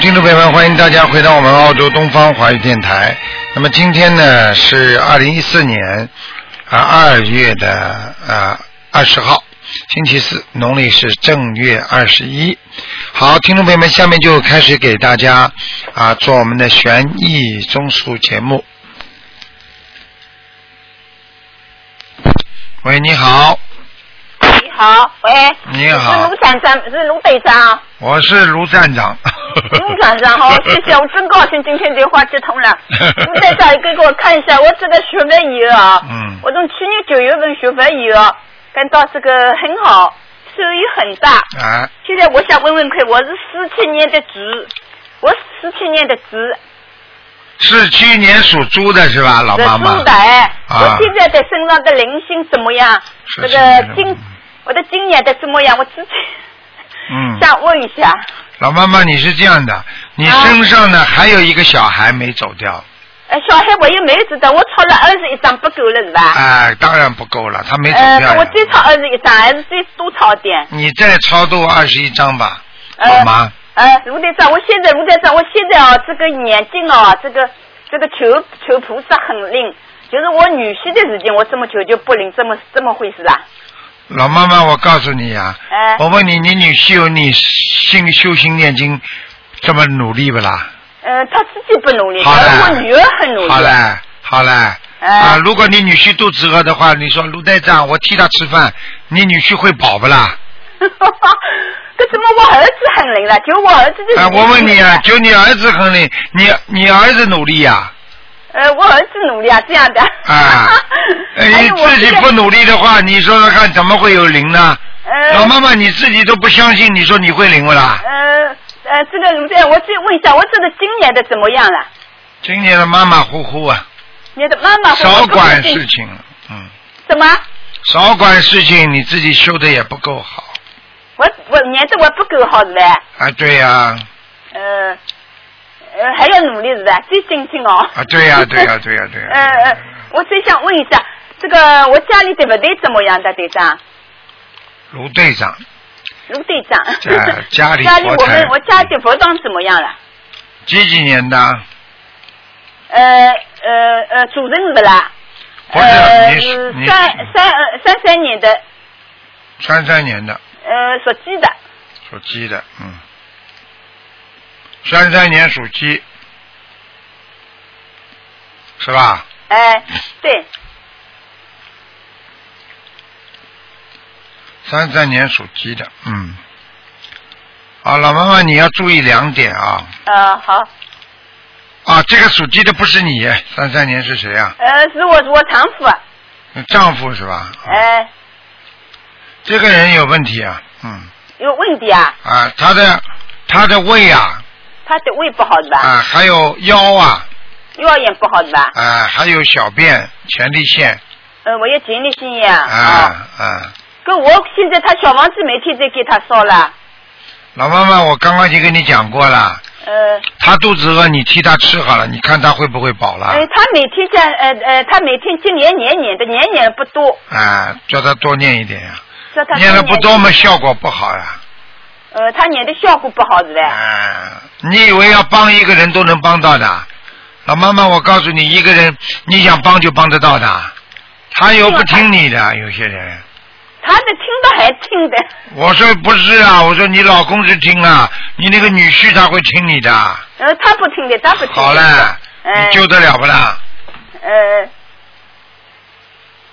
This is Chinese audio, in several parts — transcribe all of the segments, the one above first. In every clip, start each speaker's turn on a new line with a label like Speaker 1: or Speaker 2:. Speaker 1: 听众朋友们，欢迎大家回到我们澳洲东方华语电台。那么今天呢是二零一四年啊二月的啊二十号，星期四，农历是正月二十一。好，听众朋友们，下面就开始给大家啊做我们的悬疑综述节目。喂，你好，
Speaker 2: 你好，喂，
Speaker 1: 你
Speaker 2: 是
Speaker 1: 好
Speaker 2: 卢，站长，是卢队长 啊，
Speaker 1: 我是卢站长。
Speaker 2: 卢站长好，谢谢，我真高兴今天电话接通 了。卢队长，给我看一下我这个学费以后啊，
Speaker 1: 嗯
Speaker 2: 我从去年九月份学费以后，感到这个很好，收益很大。
Speaker 1: 啊，
Speaker 2: 现在我想问问看，我是四七年的猪，我四七年的猪，
Speaker 1: 是去年属猪的是吧，老
Speaker 2: 的
Speaker 1: 啊妈妈？
Speaker 2: 猪的哎，
Speaker 1: 啊
Speaker 2: 我现在的身上的灵性怎么样？
Speaker 1: 是
Speaker 2: 这
Speaker 1: 是
Speaker 2: 个
Speaker 1: 是
Speaker 2: 今我的今年的怎么样？我自己
Speaker 1: 嗯，
Speaker 2: 想问一下。
Speaker 1: 老妈妈，你是这样的，你
Speaker 2: 啊
Speaker 1: 身上呢、还有一个小孩没走掉，
Speaker 2: 呃，小孩我又没有知道，我抄了二十一张不够了是吧？
Speaker 1: 哎、当然不够了，他没走
Speaker 2: 啊
Speaker 1: 啊
Speaker 2: 呃
Speaker 1: 掉呀。，
Speaker 2: 我再抄二十一张，还是再多抄点。
Speaker 1: 你再超度二十一张吧，
Speaker 2: 呃
Speaker 1: 好吗？
Speaker 2: 呃，卢队长，我现在卢队长，我现在啊，这个眼睛啊，这个这个求求菩萨很灵，就是我女婿的事情，我这么求就不灵，这么这么回事啊？
Speaker 1: 老妈妈，我告诉你呀、
Speaker 2: 哎、
Speaker 1: 我问你，你女婿有你心修心念经这么努力不啦？
Speaker 2: 呃，他自己不努力，
Speaker 1: 好嘞
Speaker 2: 而我女儿很努力。
Speaker 1: 好嘞，好嘞。
Speaker 2: 哎
Speaker 1: 啊，如果你女婿肚子饿的话，你说卢队长，我替他吃饭，你女婿会饱不啦？
Speaker 2: 可怎么我儿子很灵了？就我儿子的事
Speaker 1: 啊，
Speaker 2: 情。
Speaker 1: 我问 你啊，就你儿子很灵，你你儿子努力呀、
Speaker 2: 呃，我儿子努力啊，这样的。，
Speaker 1: 啊 呃
Speaker 2: 还
Speaker 1: 你
Speaker 2: 有哎我
Speaker 1: 自己
Speaker 2: 现在
Speaker 1: 不努力的话，你说说看，怎么会有灵呢？
Speaker 2: 呃
Speaker 1: 老妈妈，你自己都不相信，你说你会灵不啦？
Speaker 2: 呃呃，这个卢队，我再问一下，我这个今年的怎么样了？
Speaker 1: 今年的马马虎虎啊，
Speaker 2: 你的妈妈和啊我
Speaker 1: 少
Speaker 2: 不会
Speaker 1: 管
Speaker 2: 进
Speaker 1: 事情，嗯，
Speaker 2: 什么？
Speaker 1: 少管事情，你自己修的也不够好
Speaker 2: 我我年的我不够好是吧？
Speaker 1: 啊，对呀、啊，
Speaker 2: 呃呃，还要努力是吧？最精进哦。
Speaker 1: 啊对 呀、对呀、对呀、对呀、
Speaker 2: 呃呃，我最想问一下，这个我家里的部队怎么样的队长？
Speaker 1: 卢队长，
Speaker 2: 卢队长。
Speaker 1: 家家里
Speaker 2: 家里
Speaker 1: 佛
Speaker 2: 我
Speaker 1: 台
Speaker 2: 们我家里服装怎么样了？
Speaker 1: 几几年的？
Speaker 2: 呃呃呃，主任是不啦？
Speaker 1: 不是
Speaker 2: 呃
Speaker 1: 你是你，是
Speaker 2: 三三呃三三年的，
Speaker 1: 三三年的，
Speaker 2: 呃，属鸡的。
Speaker 1: 属鸡的，嗯，三三年属鸡，是吧？
Speaker 2: 哎，对，
Speaker 1: 三三年属鸡的，嗯。啊，老妈妈，你要注意两点啊！
Speaker 2: 呃，好，
Speaker 1: 啊，这个属鸡的不是你，三三年是谁啊？
Speaker 2: 呃，是我是我丈夫，啊
Speaker 1: 你丈夫是吧？
Speaker 2: 哎，
Speaker 1: 这个人有问题啊，嗯，
Speaker 2: 有问题啊，
Speaker 1: 啊，他的他的胃啊，
Speaker 2: 他的胃不好是吧？
Speaker 1: 啊，还有腰啊，
Speaker 2: 腰也不好是吧？
Speaker 1: 啊，还有小便前列腺，
Speaker 2: 呃，我要尽力经验。
Speaker 1: 啊
Speaker 2: 哦。
Speaker 1: 啊，
Speaker 2: 可我现在他小房子每天在给他烧了，
Speaker 1: 老妈妈，我刚刚已经跟你讲过了，
Speaker 2: 呃，
Speaker 1: 他肚子饿，你替他吃好了，你看他会不会饱了？
Speaker 2: 呃，他每天在呃呃，他每天今年年年的年年不多，
Speaker 1: 啊，叫他多念一点呀、
Speaker 2: 叫他
Speaker 1: 念了
Speaker 2: 今
Speaker 1: 不
Speaker 2: 年
Speaker 1: 多嘛，效果不好呀、
Speaker 2: 呃，他念的效果不好是吧？
Speaker 1: 啊，你以为要帮一个人都能帮到的？老妈妈，我告诉你，一个人你想帮就帮得到的，他又不听你的，有些人。
Speaker 2: 他的听的还听的，
Speaker 1: 我说不是啊，我说你老公是听啊，你那个女婿他会听你的。
Speaker 2: 呃，他不听的，他不听的。
Speaker 1: 好了，
Speaker 2: 哎
Speaker 1: 你救得了不啦？
Speaker 2: 呃，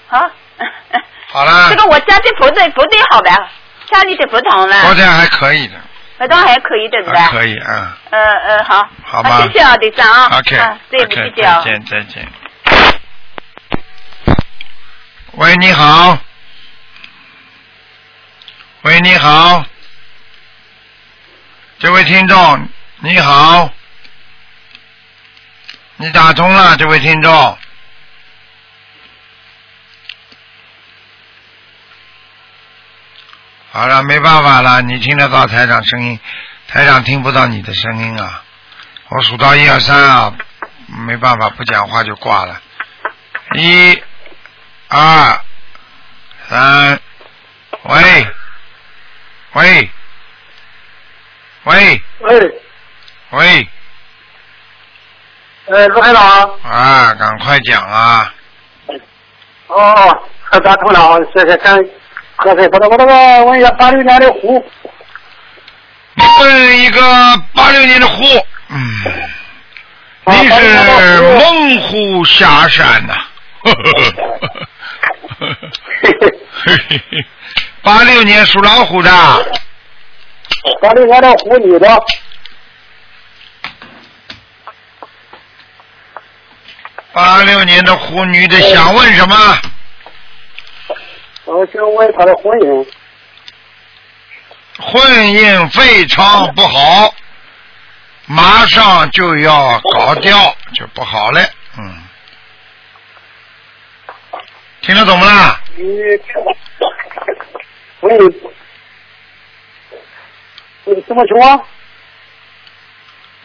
Speaker 2: 好。
Speaker 1: 好啦
Speaker 2: 这个我家的佛台佛台好吧？家里的佛堂呢？
Speaker 1: 佛台还可以的，
Speaker 2: 佛堂还可以哎的是吧
Speaker 1: 还？可以啊。
Speaker 2: 呃呃，好。
Speaker 1: 好吧
Speaker 2: 谢谢啊，队长啊。
Speaker 1: OK，
Speaker 2: 啊，对不
Speaker 1: OK，
Speaker 2: 起啊
Speaker 1: 再。见再见。喂，你好。喂，你好。这位听众，你好。你打通了，这位听众。好了，没办法了，你听得到台长声音，台长听不到你的声音啊。我数到一二三啊，没办法，不讲话就挂了。一、二、三，喂，喂，喂，
Speaker 3: 哎喂，
Speaker 1: 喂，
Speaker 3: 呃，卢台长，
Speaker 1: 啊，赶快讲啊！
Speaker 3: 哦，可打通了，谢谢，看，喝水，不得不得我问一下八六年的虎，
Speaker 1: 你问一个八六年的虎，嗯，
Speaker 3: 啊
Speaker 1: 你
Speaker 3: 八六
Speaker 1: 是
Speaker 3: 年的虎
Speaker 1: 猛虎下山呐、呵呵呵
Speaker 3: 嘿嘿
Speaker 1: 嘿嘿嘿八六年属老虎的，
Speaker 3: 八六年的虎女的，
Speaker 1: 八六年的虎女的想问什么？
Speaker 3: 我想问她的婚姻，
Speaker 1: 婚姻非
Speaker 3: 嗯
Speaker 1: 常不好，马上就要搞掉，就不好了。嗯，听得懂不啦？
Speaker 3: 你婚姻，你什么情况？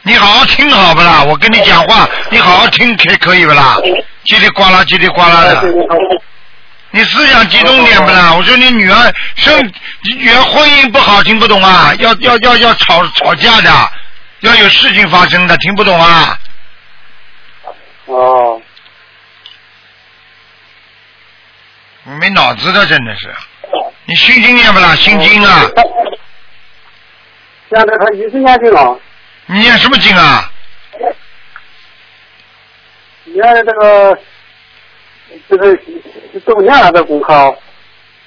Speaker 1: 你好好听好不啦？我跟你讲话，你好好听可可以不啦？叽里呱啦，叽里呱啦
Speaker 3: 哎
Speaker 1: 的
Speaker 3: 对。你好
Speaker 1: 你思想集中点不啦？我说你女儿生你女儿婚姻不好，听不懂啊？要要要要吵吵架的，要有事情发生的，听不懂啊？
Speaker 3: 哦，
Speaker 1: 我没脑子的，真的是。你心经念不
Speaker 3: 哦
Speaker 1: 啦？心经啊，
Speaker 3: 现在她一十年进了，
Speaker 1: 你念什么经啊？
Speaker 3: 你看这个，这个都念了这功课，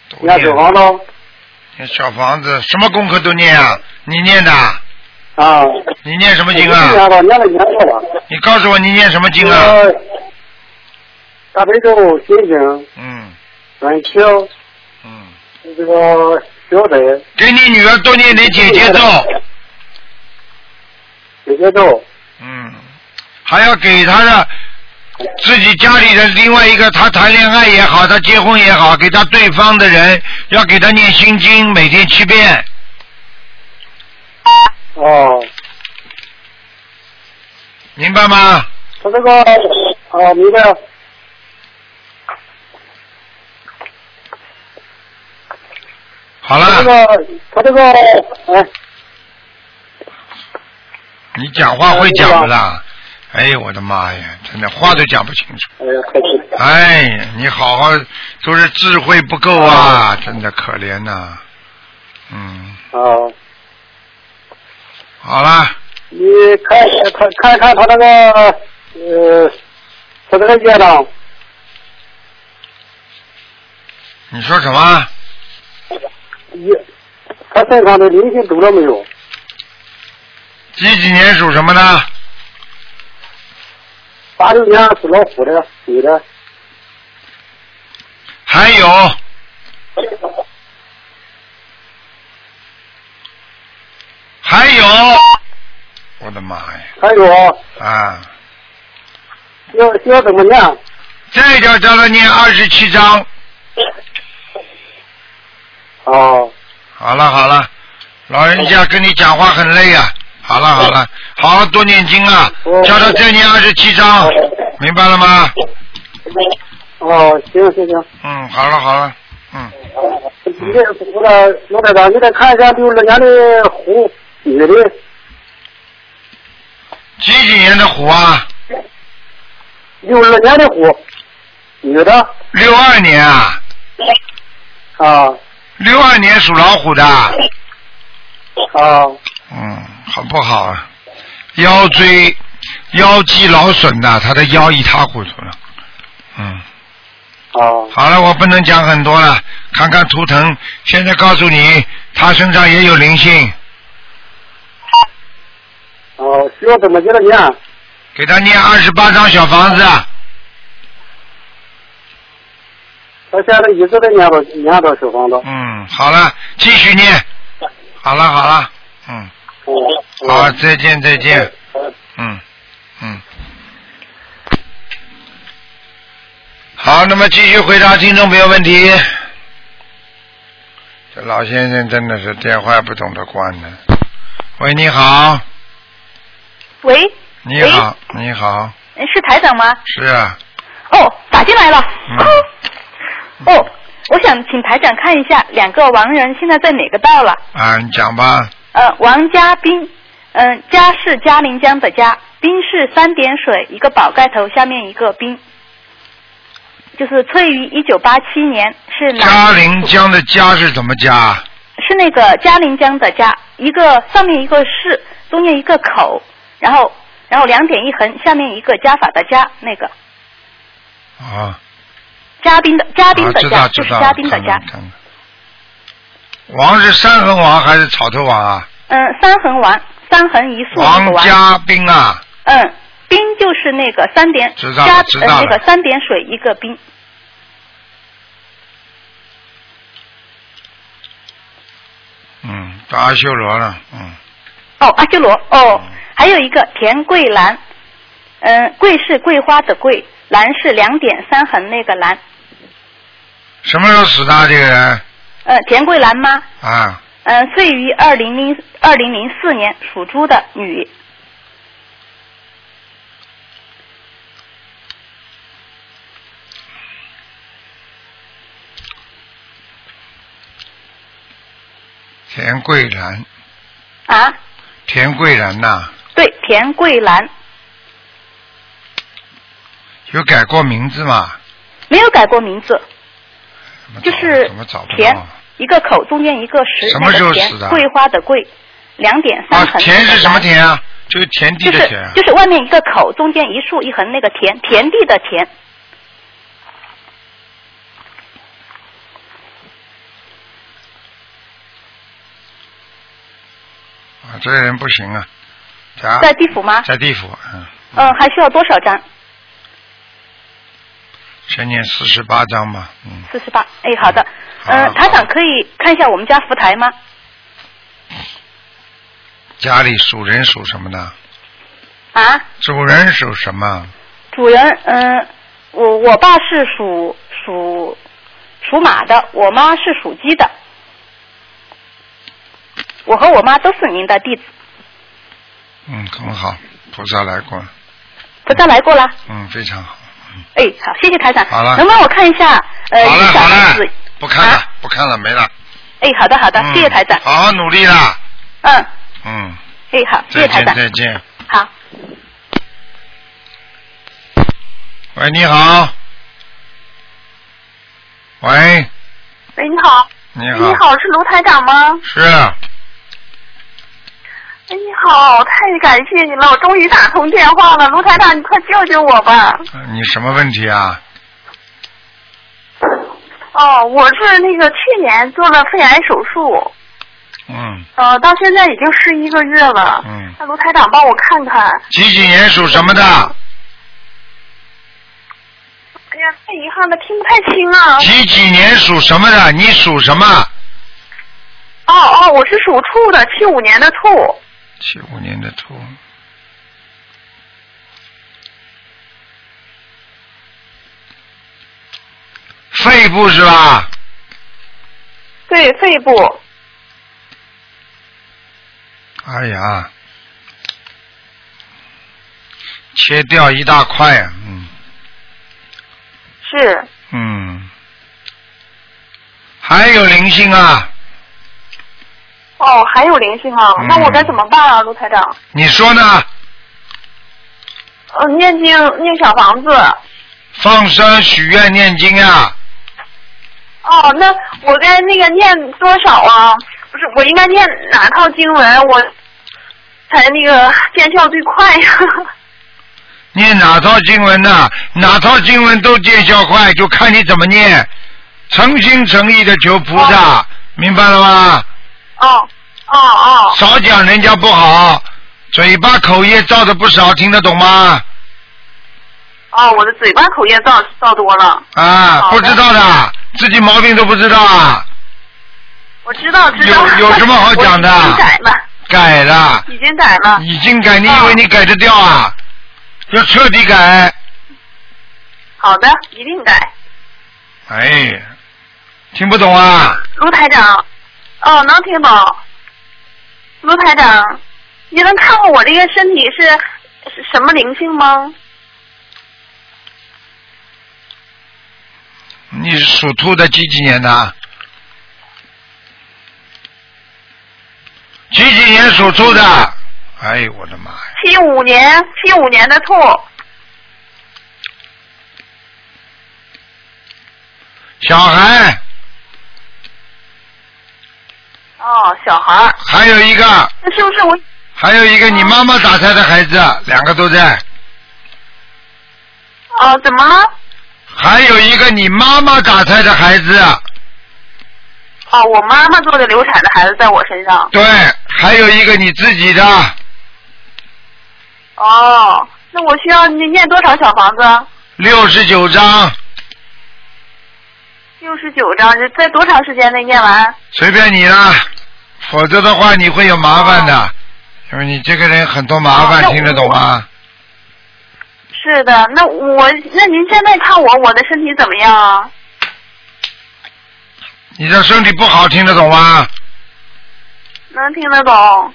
Speaker 1: 都
Speaker 3: 念小房子
Speaker 1: 念小房子，什么功课都念啊？你念的？
Speaker 3: 啊，
Speaker 1: 你念什么经
Speaker 3: 一十年
Speaker 1: 啊？
Speaker 3: 了，念了一年多了。
Speaker 1: 你告诉我你念什么经啊？
Speaker 3: 呃，大悲咒、心经、
Speaker 1: 嗯
Speaker 3: 准提咒
Speaker 1: 嗯，
Speaker 3: 这个小北、
Speaker 1: 给你女儿多念点姐姐咒，
Speaker 3: 姐姐咒，
Speaker 1: 嗯，还要给她的自己家里的另外一个，她谈恋爱也好，她结婚也好，给她对方的人要给她念心经，每天七遍，
Speaker 3: 哦，
Speaker 1: 明白吗？
Speaker 3: 他这个啊，明白了。
Speaker 1: 好
Speaker 3: 他这
Speaker 1: 了，
Speaker 3: 个，他这个，哎，
Speaker 1: 你讲话会讲不啦？哎呦我的妈呀，真的话都讲不清楚。
Speaker 3: 哎呀，可惜。
Speaker 1: 哎呀，你好好都是智慧不够啊，真的可怜呐、嗯，
Speaker 3: 啊，
Speaker 1: 好啦，
Speaker 3: 你看看看看他这个，呃，他这个业障，
Speaker 1: 你说什么？
Speaker 3: 业，他身上的灵性走了没有？
Speaker 1: 几几年属什么呢？
Speaker 3: 八六年属老虎的，女的，
Speaker 1: 还有，还有，我的妈呀！
Speaker 3: 还有
Speaker 1: 啊，
Speaker 3: 要要怎么念？
Speaker 1: 再叫叫他念二十七章。
Speaker 3: 哦，
Speaker 1: 好了好了，老人家跟你讲话很累啊。好了好了，好好多念经啊，叫他再念二十七章，明白了吗？
Speaker 3: 哦，行行行。
Speaker 1: 嗯，好了好了，嗯，
Speaker 3: 你这我的刘队长，你得看一下六六年的虎女的，
Speaker 1: 几几年的虎啊？
Speaker 3: 六六年的虎女的
Speaker 1: 六二年啊，
Speaker 3: 啊
Speaker 1: 六二年属老虎的，
Speaker 3: 啊
Speaker 1: 嗯，很不好啊，腰椎腰肌劳损呐、他的腰一塌糊涂了，嗯。
Speaker 3: 啊
Speaker 1: 好了，我不能讲很多了，看看图腾。现在告诉你，他身上也有灵性，
Speaker 3: 哦，需要怎么接着念？
Speaker 1: 给他念二十八张小房子，
Speaker 3: 他现在一直在念着念着小房子。
Speaker 1: 嗯，好了，继续念，好了好了，嗯，
Speaker 3: 嗯
Speaker 1: 好，再见再见，嗯嗯，好，那么继续回答听众朋友问题。这老先生真的是电话不懂得关的。喂，你好，
Speaker 4: 喂，
Speaker 1: 你好，你好，
Speaker 4: 是台长吗？
Speaker 1: 是啊，
Speaker 4: 哦，打进来了。
Speaker 1: 嗯
Speaker 4: 哦，我想请台长看一下两个亡人现在在哪个道了？
Speaker 1: 啊，你讲吧。
Speaker 4: 呃，王家斌，
Speaker 2: 嗯，嘉是嘉陵江的嘉，冰是三点水一个宝盖头下面一个冰，就是翠于一九八七年，是哪？
Speaker 1: 嘉陵江的嘉是怎么加？
Speaker 2: 是那个嘉陵江的嘉，一个上面一个是，中间一个口，然后然后两点一横，下面一个加法的加，那个
Speaker 1: 啊，
Speaker 2: 嘉宾的嘉宾
Speaker 1: 啊，
Speaker 2: 的
Speaker 1: 知
Speaker 2: 嘉，
Speaker 1: 道知
Speaker 2: 就是
Speaker 1: 道，
Speaker 2: 嘉宾的
Speaker 1: 看
Speaker 2: 嘉
Speaker 1: 看。看看。王是三横王还是草头王啊？
Speaker 2: 嗯，三横王，三横一竖那
Speaker 1: 王
Speaker 2: 个王。
Speaker 1: 家兵啊，
Speaker 2: 嗯，冰就是那个三点
Speaker 1: 知道了
Speaker 2: 加
Speaker 1: 知
Speaker 2: 呃
Speaker 1: 道了
Speaker 2: 那个三点水一个冰。
Speaker 1: 嗯，到阿修罗了，嗯，
Speaker 2: 哦，阿修罗哦，还有一个田桂兰，嗯，桂是桂花的桂，兰是两点三横那个兰，
Speaker 1: 什么时候死的这个人
Speaker 2: 呃，田桂兰吗？
Speaker 1: 啊？
Speaker 2: 嗯，岁于二零零二零零四年，属猪的女。
Speaker 1: 田桂兰，
Speaker 2: 啊，
Speaker 1: 田桂兰呐、
Speaker 2: 对，田桂兰
Speaker 1: 有改过名字吗？
Speaker 2: 没有改过名字，
Speaker 1: 怎么找
Speaker 2: 就是
Speaker 1: 怎么找不
Speaker 2: 田
Speaker 1: 到啊？
Speaker 2: 一个口中间一个石，
Speaker 1: 什么
Speaker 2: 那
Speaker 1: 时候
Speaker 2: 个
Speaker 1: 死
Speaker 2: 田
Speaker 1: 的
Speaker 2: 桂花的桂，两点
Speaker 1: 啊
Speaker 2: 三，横。
Speaker 1: 田是什么？田啊？就是田地
Speaker 2: 就
Speaker 1: 的田啊
Speaker 2: 是。就是外面一个口，中间一竖一横那个田，田地的田。
Speaker 1: 啊，这个人不行啊，在
Speaker 2: 在地府吗？
Speaker 1: 在地府，嗯，
Speaker 2: 嗯，还需要多少张？
Speaker 1: 先念四十八章吧，嗯，
Speaker 2: 四十八。哎，好的。
Speaker 1: 好
Speaker 2: 嗯，台
Speaker 1: 好
Speaker 2: 长可以看一下我们家福台吗？
Speaker 1: 家里属人属什么的？
Speaker 2: 啊，
Speaker 1: 主人属什么？
Speaker 2: 主人，嗯，我我爸是属属属马的，我妈是属鸡的。我和我妈都是您的弟子，
Speaker 1: 嗯，很好，菩萨来过，
Speaker 2: 菩萨来过了。
Speaker 1: 嗯，非常好。
Speaker 2: 哎，好，谢谢台长。
Speaker 1: 好了
Speaker 2: 能不能我看一下？呃，
Speaker 1: 好了
Speaker 2: 小
Speaker 1: 好
Speaker 2: 房
Speaker 1: 了
Speaker 2: 子。，
Speaker 1: 不看了
Speaker 2: 啊
Speaker 1: 不看了，没了。
Speaker 2: 哎，好的好的，
Speaker 1: 嗯
Speaker 2: 谢谢台长。
Speaker 1: 好好努力啦，
Speaker 2: 嗯，
Speaker 1: 嗯，
Speaker 2: 哎好，谢
Speaker 1: 再
Speaker 2: 谢台
Speaker 1: 见
Speaker 2: 长。
Speaker 1: 再见。
Speaker 2: 好。
Speaker 1: 喂，你好。喂，
Speaker 5: 喂，你好，
Speaker 1: 你
Speaker 5: 哎
Speaker 1: 好。
Speaker 5: 你好，是卢台长吗？
Speaker 1: 是啊
Speaker 5: 哎，你好，太感谢你了，我终于打通电话了，卢台长，你快救救我吧！
Speaker 1: 呃你什么问题啊？
Speaker 5: 哦，我是那个去年做了肺癌手术，
Speaker 1: 嗯
Speaker 5: 呃，到现在已经十一个月了。
Speaker 1: 嗯，
Speaker 5: 那卢台长帮我看看。
Speaker 1: 几几年属什么的？
Speaker 5: 哎呀，太遗憾了，听不太清啊。
Speaker 1: 几几年属什么的？你属什么？
Speaker 5: 哦哦，我是属兔的，七五年的兔。
Speaker 1: 七五年的兔。肺部是吧？
Speaker 5: 对，肺部。
Speaker 1: 哎呀，切掉一大块啊，嗯
Speaker 5: 是。
Speaker 1: 嗯，还有灵性啊！
Speaker 5: 哦，还有灵性啊，
Speaker 1: 嗯
Speaker 5: 那我该怎么办啊，卢台长？
Speaker 1: 你说呢？
Speaker 5: 呃，念经念小房子。
Speaker 1: 放生、许愿、念经啊！
Speaker 5: 哦，那我该那个念多少啊？不是，我应该念哪套经文我才那个见效最快呀、
Speaker 1: 念哪套经文呢、哪套经文都见效快，就看你怎么念。诚心诚意的求菩萨，明白了吗？
Speaker 5: 哦哦哦
Speaker 1: 少讲人家不好，嘴巴口业造的不少，听得懂吗？
Speaker 5: 哦，我的嘴巴口业造造多了，
Speaker 1: 啊，
Speaker 5: 好
Speaker 1: 不
Speaker 5: 的
Speaker 1: 知道的，自己毛病都不知道啊，
Speaker 5: 我知道知道。
Speaker 1: 有有什么好讲的 啊嗯
Speaker 5: 我已经改了，
Speaker 1: 改了，
Speaker 5: 已经改了。
Speaker 1: 已经改，你
Speaker 5: 啊
Speaker 1: 以为你改得掉啊？要彻底改，
Speaker 5: 好的，一定改。
Speaker 1: 哎，听不懂啊？
Speaker 5: 卢台长，哦，能听懂。卢台长，你能看看我这个身体是是什么灵性吗？
Speaker 1: 你是属兔的几几年的？几几年属兔的？哎呦我的妈呀！
Speaker 5: 七五年，七五年的兔，
Speaker 1: 小孩，
Speaker 5: 哦，小孩儿，
Speaker 1: 还有一个，
Speaker 5: 那是不是我？
Speaker 1: 还有一个你妈妈打胎的孩子，两个都在，
Speaker 5: 哦，怎么了？
Speaker 1: 还有一个你妈妈打胎的孩子，
Speaker 5: 哦，我妈妈做的流产的孩子在我身上。
Speaker 1: 对，还有一个你自己的，
Speaker 5: 哦，那我需要念念多少小房子？
Speaker 1: 六十九章，
Speaker 5: 六十九章，这在多长时间内念完？
Speaker 1: 随便你啦，否则的话你会有麻烦的，因为你这个人很多麻
Speaker 5: 哦那
Speaker 1: 烦，
Speaker 5: 我
Speaker 1: 听得懂吗？
Speaker 5: 是的，那我那您现在看我我的身体怎么样啊？
Speaker 1: 你的身体不好，听得懂吗？
Speaker 5: 能听得懂？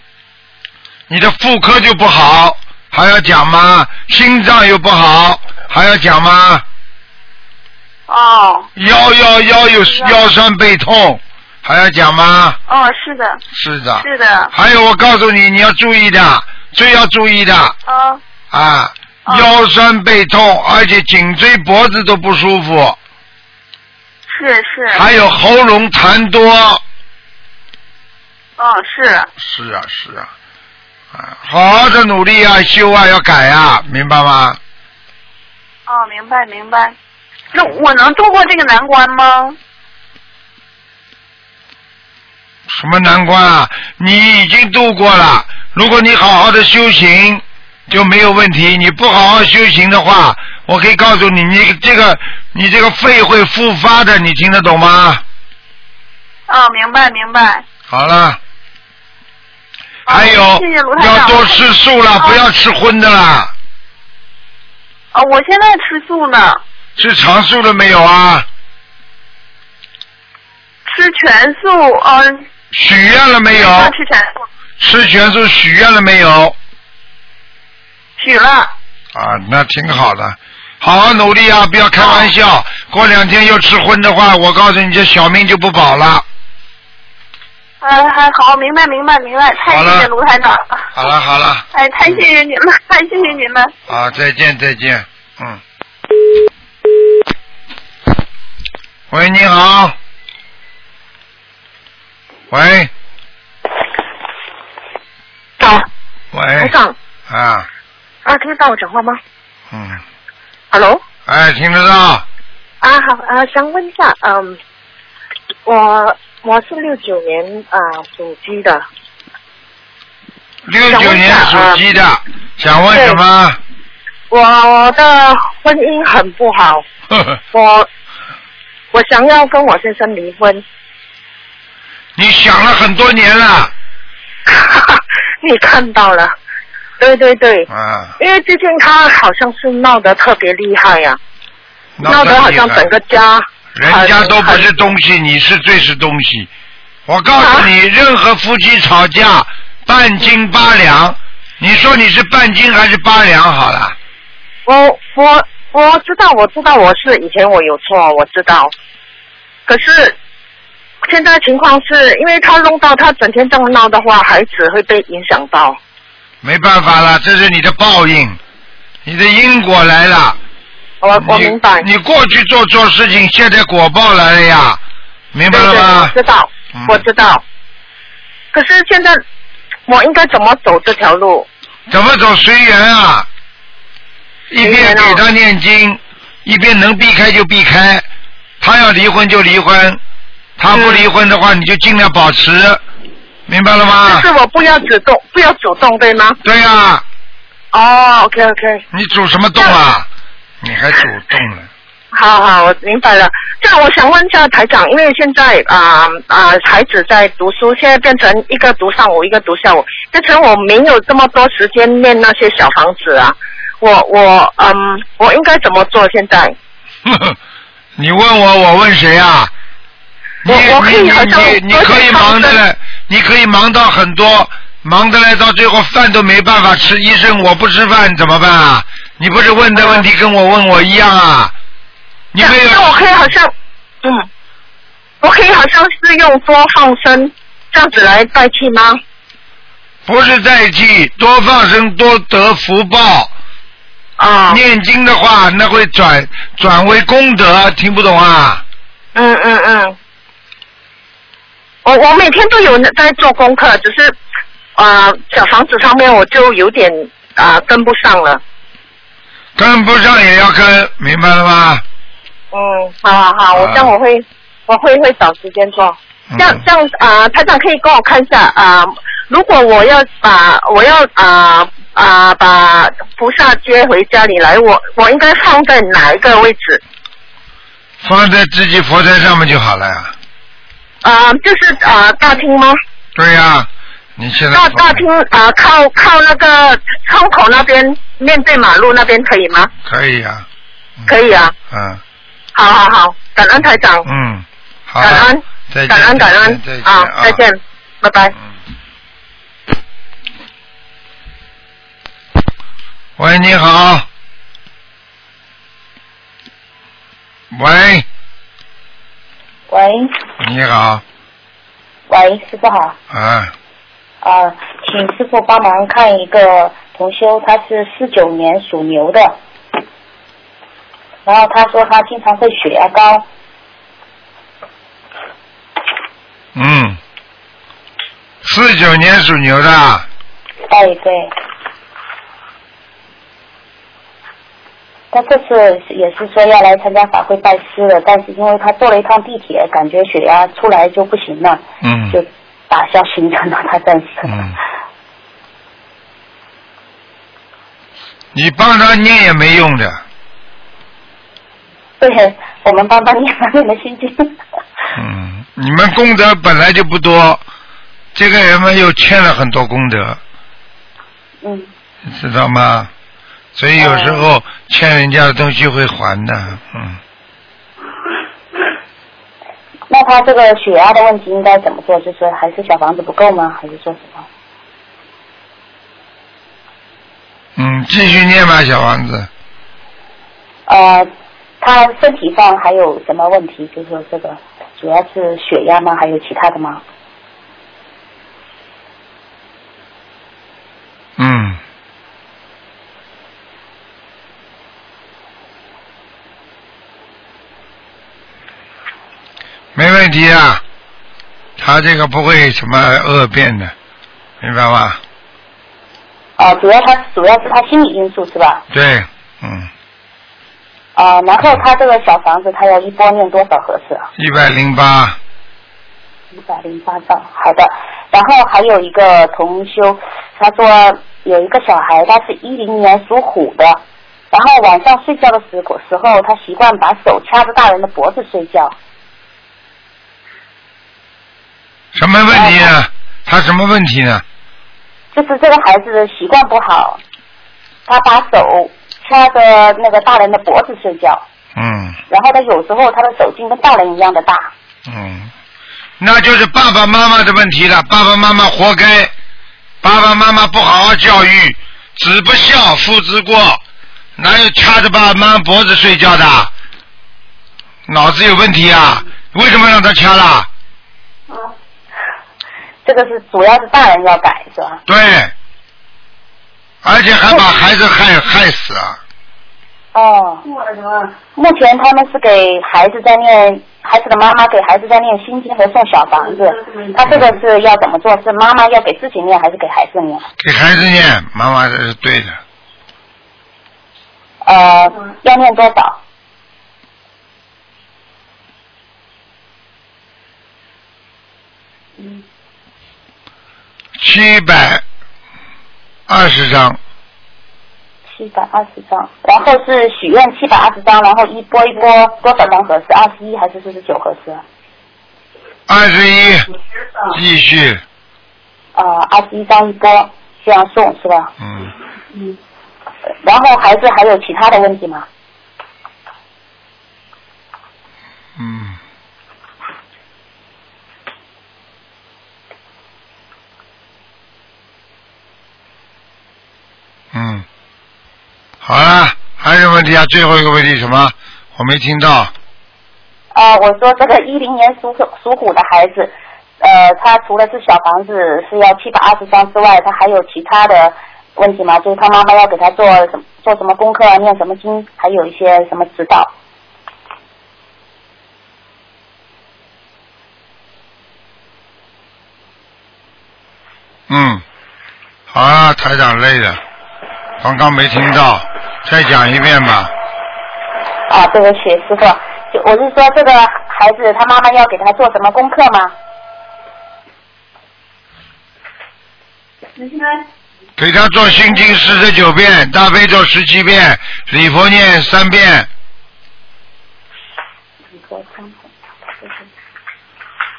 Speaker 1: 你的妇科就不好，还要讲吗？心脏又不好，还要讲吗？
Speaker 5: 哦
Speaker 1: 腰腰腰有腰酸背痛，还要讲吗？
Speaker 5: 哦，是的，
Speaker 1: 是的。
Speaker 5: 是的，
Speaker 1: 还有，我告诉你，你要注意的，最要注意的
Speaker 5: 啊、
Speaker 1: 啊，
Speaker 5: 哦
Speaker 1: 腰酸背痛，而且颈椎脖子都不舒服，
Speaker 5: 是是，
Speaker 1: 还有喉咙痰多。
Speaker 5: 嗯、是，
Speaker 1: 是啊，是啊，啊，好好的努力啊，修啊，要改啊，明白吗？
Speaker 5: 哦，明白明白。那我能度过这个难关吗？
Speaker 1: 什么难关啊？你已经度过了。如果你好好的修行，就没有问题。你不好好修行的话，我可以告诉你，你这个你这个肺会复发的，你听得懂吗？
Speaker 5: 啊、明白明白。
Speaker 1: 好了，
Speaker 5: 哦
Speaker 1: 还有、
Speaker 5: 谢谢卢台长
Speaker 1: 要多吃素了，
Speaker 5: 哦
Speaker 1: 不要吃荤的啦。
Speaker 5: 啊、我现在吃素呢，
Speaker 1: 吃长素了没有啊？
Speaker 5: 吃全素，嗯、
Speaker 1: 许愿了没有？
Speaker 5: 呃，吃全素，
Speaker 1: 吃全素许愿了没有？
Speaker 5: 许了。
Speaker 1: 啊，那挺好的，好好努力啊，不要开玩笑。过两天又吃荤的话，我告诉你，这小命就不保了。
Speaker 5: 哎，还好，明白明白明白，太
Speaker 1: 好了
Speaker 5: 谢谢卢台长了，
Speaker 1: 好了好了，
Speaker 5: 哎，太谢谢您了，太谢谢您了。
Speaker 1: 啊，再见再见，嗯。喂，你好。喂
Speaker 6: 长，台
Speaker 1: 喂
Speaker 6: 长
Speaker 1: 啊，
Speaker 6: 啊，听得到我讲话吗
Speaker 1: 嗯，
Speaker 6: ？Hello，
Speaker 1: 哎，听得到，
Speaker 6: 啊好啊，想问一下，嗯，我我是六九年啊属鸡的，
Speaker 1: 六
Speaker 6: 想
Speaker 1: 九
Speaker 6: 问一
Speaker 1: 年
Speaker 6: 下
Speaker 1: 属鸡的，想
Speaker 6: 嗯
Speaker 1: 问什么？
Speaker 6: 我的婚姻很不好，
Speaker 1: 呵呵，
Speaker 6: 我我想要跟我先生离婚，
Speaker 1: 你想了很多年了
Speaker 6: 你看到了，对对对，
Speaker 1: 啊，
Speaker 6: 因为最近他好像是闹得特别厉害呀、闹
Speaker 1: 得
Speaker 6: 得好
Speaker 1: 厉
Speaker 6: 像
Speaker 1: 害
Speaker 6: 整个家
Speaker 1: 人家都不
Speaker 6: 很
Speaker 1: 是东西，你是最是东西。我告诉
Speaker 6: 啊
Speaker 1: 你，任何夫妻吵架半斤八两，你说你是半斤还是八两？好了，
Speaker 6: 我我我知道，我知道，我是以前我有错，我知道。可是现在情况是因为他弄到他整天这么闹的话，孩子会被影响到。
Speaker 1: 没办法了，这是你的报应，你的因果来了。
Speaker 6: 我我
Speaker 1: 你
Speaker 6: 明白，
Speaker 1: 你过去做错事情，现在果报来了呀，明白
Speaker 6: 对
Speaker 1: 了
Speaker 6: 对，我
Speaker 1: 吗？
Speaker 6: 知道，
Speaker 1: 嗯
Speaker 6: 我知道。可是现在我应该怎么走这条路？
Speaker 1: 怎么走随缘啊？一边
Speaker 6: 缘
Speaker 1: 给
Speaker 6: 哦
Speaker 1: 他念经，一边能避开就避开。他要离婚就离婚，他不离婚的话，你就尽量保持，明白了吗
Speaker 6: 就？嗯是我不要主动，不要主动，对吗？
Speaker 1: 对呀、
Speaker 6: 哦，OK OK，
Speaker 1: 你主什么动啊？你还主动了？
Speaker 6: 好好，我明白了。这样我想问一下台长，因为现在啊啊、孩子在读书，现在变成一个读上午，一个读下午，变成我没有这么多时间念那些小房子啊。我我嗯，我应该怎么做？现在
Speaker 1: 你问我，我问谁啊？你
Speaker 6: 我我可以
Speaker 1: 你
Speaker 6: 好像
Speaker 1: 你你可以忙的嘞，你可以忙到很多，忙的嘞，到最后饭都没办法吃。医生，我不吃饭怎么办啊？你不是问的问题跟我问我一样啊？你没有
Speaker 6: 那我可以好像嗯，我可以好像是用多放生这样子来代替吗？
Speaker 1: 不是在记，多放生多得福报。
Speaker 6: 啊，
Speaker 1: 念经的话，那会转转为功德，听不懂啊？
Speaker 6: 嗯嗯嗯，我我每天都有在做功课，只是啊、呃小房子上面我就有点啊、跟不上了。
Speaker 1: 跟不上也要跟，明白了吗？
Speaker 6: 嗯，好好好，我
Speaker 1: 啊
Speaker 6: 这样我会、我会会找时间做。
Speaker 1: 嗯
Speaker 6: 这样这样啊、台长可以跟我看一下啊、如果我要把我要啊啊、把菩萨接回家里来，我我应该放在哪一个位置？
Speaker 1: 放在自己佛台上面就好了呀。
Speaker 6: 啊、就是啊、大厅吗？
Speaker 1: 对呀、你现在
Speaker 6: 大
Speaker 1: 放
Speaker 6: 大厅啊、靠靠那个窗口那边，面对马路那边可以吗？
Speaker 1: 可以呀、
Speaker 6: 可以啊，
Speaker 1: 嗯
Speaker 6: 好好好，感恩台长，
Speaker 1: 嗯，好了，
Speaker 6: 感恩
Speaker 1: 再见，
Speaker 6: 感恩感恩
Speaker 1: 再见嗯
Speaker 6: 啊，再见，拜拜。
Speaker 1: 喂，你好。喂，
Speaker 2: 喂
Speaker 1: 你好，
Speaker 2: 喂，师傅好
Speaker 1: 啊，
Speaker 2: 啊、请师傅帮忙看一个同修，他是四九年属牛的，然后他说他经常会血压高，
Speaker 1: 嗯，四九年属牛的，
Speaker 2: 哎对，他这次也是说要来参加法会拜师的，但是因为他坐了一趟地铁，感觉血压出来就不行了，
Speaker 1: 嗯
Speaker 2: 就打消行程了，他暂时。
Speaker 1: 嗯，你帮他念也没用的，
Speaker 2: 对，我们帮他念完我们心经。
Speaker 1: 嗯，你们功德本来就不多，这个人们又欠了很多功德，
Speaker 2: 嗯，
Speaker 1: 你知道吗？所以有时候欠人家的东西会还的，嗯，
Speaker 2: 那他这个血压的问题应该怎么做？就是还是小房子不够吗？还是说什么？
Speaker 1: 嗯，继续念吧，小王子。
Speaker 2: 呃，他身体上还有什么问题？就是说这个主要是血压吗？还有其他的吗？
Speaker 1: 嗯，没问题啊，他这个不会什么恶变的，明白吧？
Speaker 2: 啊、主要他主要是他心理因素是吧？
Speaker 1: 对，嗯，
Speaker 2: 啊、然后他这个小房子他要一波念多少合适啊？
Speaker 1: 一百零八，
Speaker 2: 一百零八张，好的。然后还有一个同修，他说有一个小孩，他是一零年属虎的，然后晚上睡觉的时候时候，他习惯把手掐着大人的脖子睡觉。
Speaker 1: 什么问题呢？他什么问题呢？
Speaker 2: 就是这个孩子的习惯不好，他把手掐着那个大人的脖子睡觉，
Speaker 1: 嗯
Speaker 2: 然后他有时候他的手劲跟大人一样的大。
Speaker 1: 嗯，那就是爸爸妈妈的问题了，爸爸妈妈活该，爸爸妈妈不好好教育，子不孝，父之过，哪有掐着爸爸妈妈脖子睡觉的？脑子有问题啊？为什么让他掐了？
Speaker 2: 这个是主要是大人要改是吧？
Speaker 1: 对，而且还把孩子害害死啊！
Speaker 2: 哦。目前他们是给孩子在念，孩子的妈妈给孩子在念心经和送小房子。他这个是要怎么做？是妈妈要给自己念，还是给孩子念？
Speaker 1: 给孩子念，妈妈这是对的，
Speaker 2: 呃，要念多少？
Speaker 1: 七百二十张。
Speaker 2: 七百二十张，然后是许愿七百二十张，然后一波一波多少张合适？二十一还是四十九合适？
Speaker 1: 二十一，继续，
Speaker 2: 呃，二十一张一波这样送是吧？
Speaker 1: 嗯，
Speaker 2: 然后孩子还有其他的问题吗？
Speaker 1: 嗯，嗯，好了，还有什么问题啊？最后一个问题什么？我没听到。
Speaker 2: 呃啊、我说这个一零年属虎属虎的孩子，呃，他除了是小房子是要七百二十张之外，他还有其他的问题吗？就是他妈妈要给他做什么做什么功课啊，念什么经，还有一些什么指导。
Speaker 1: 嗯，好啊，台长累了，刚刚没听到，再讲一遍吧。
Speaker 2: 啊，对不起，师傅，就我是说这个孩子他妈妈要给他做什么功课吗？
Speaker 1: 给他做心经四十九遍，大悲咒十七遍，礼佛念三遍。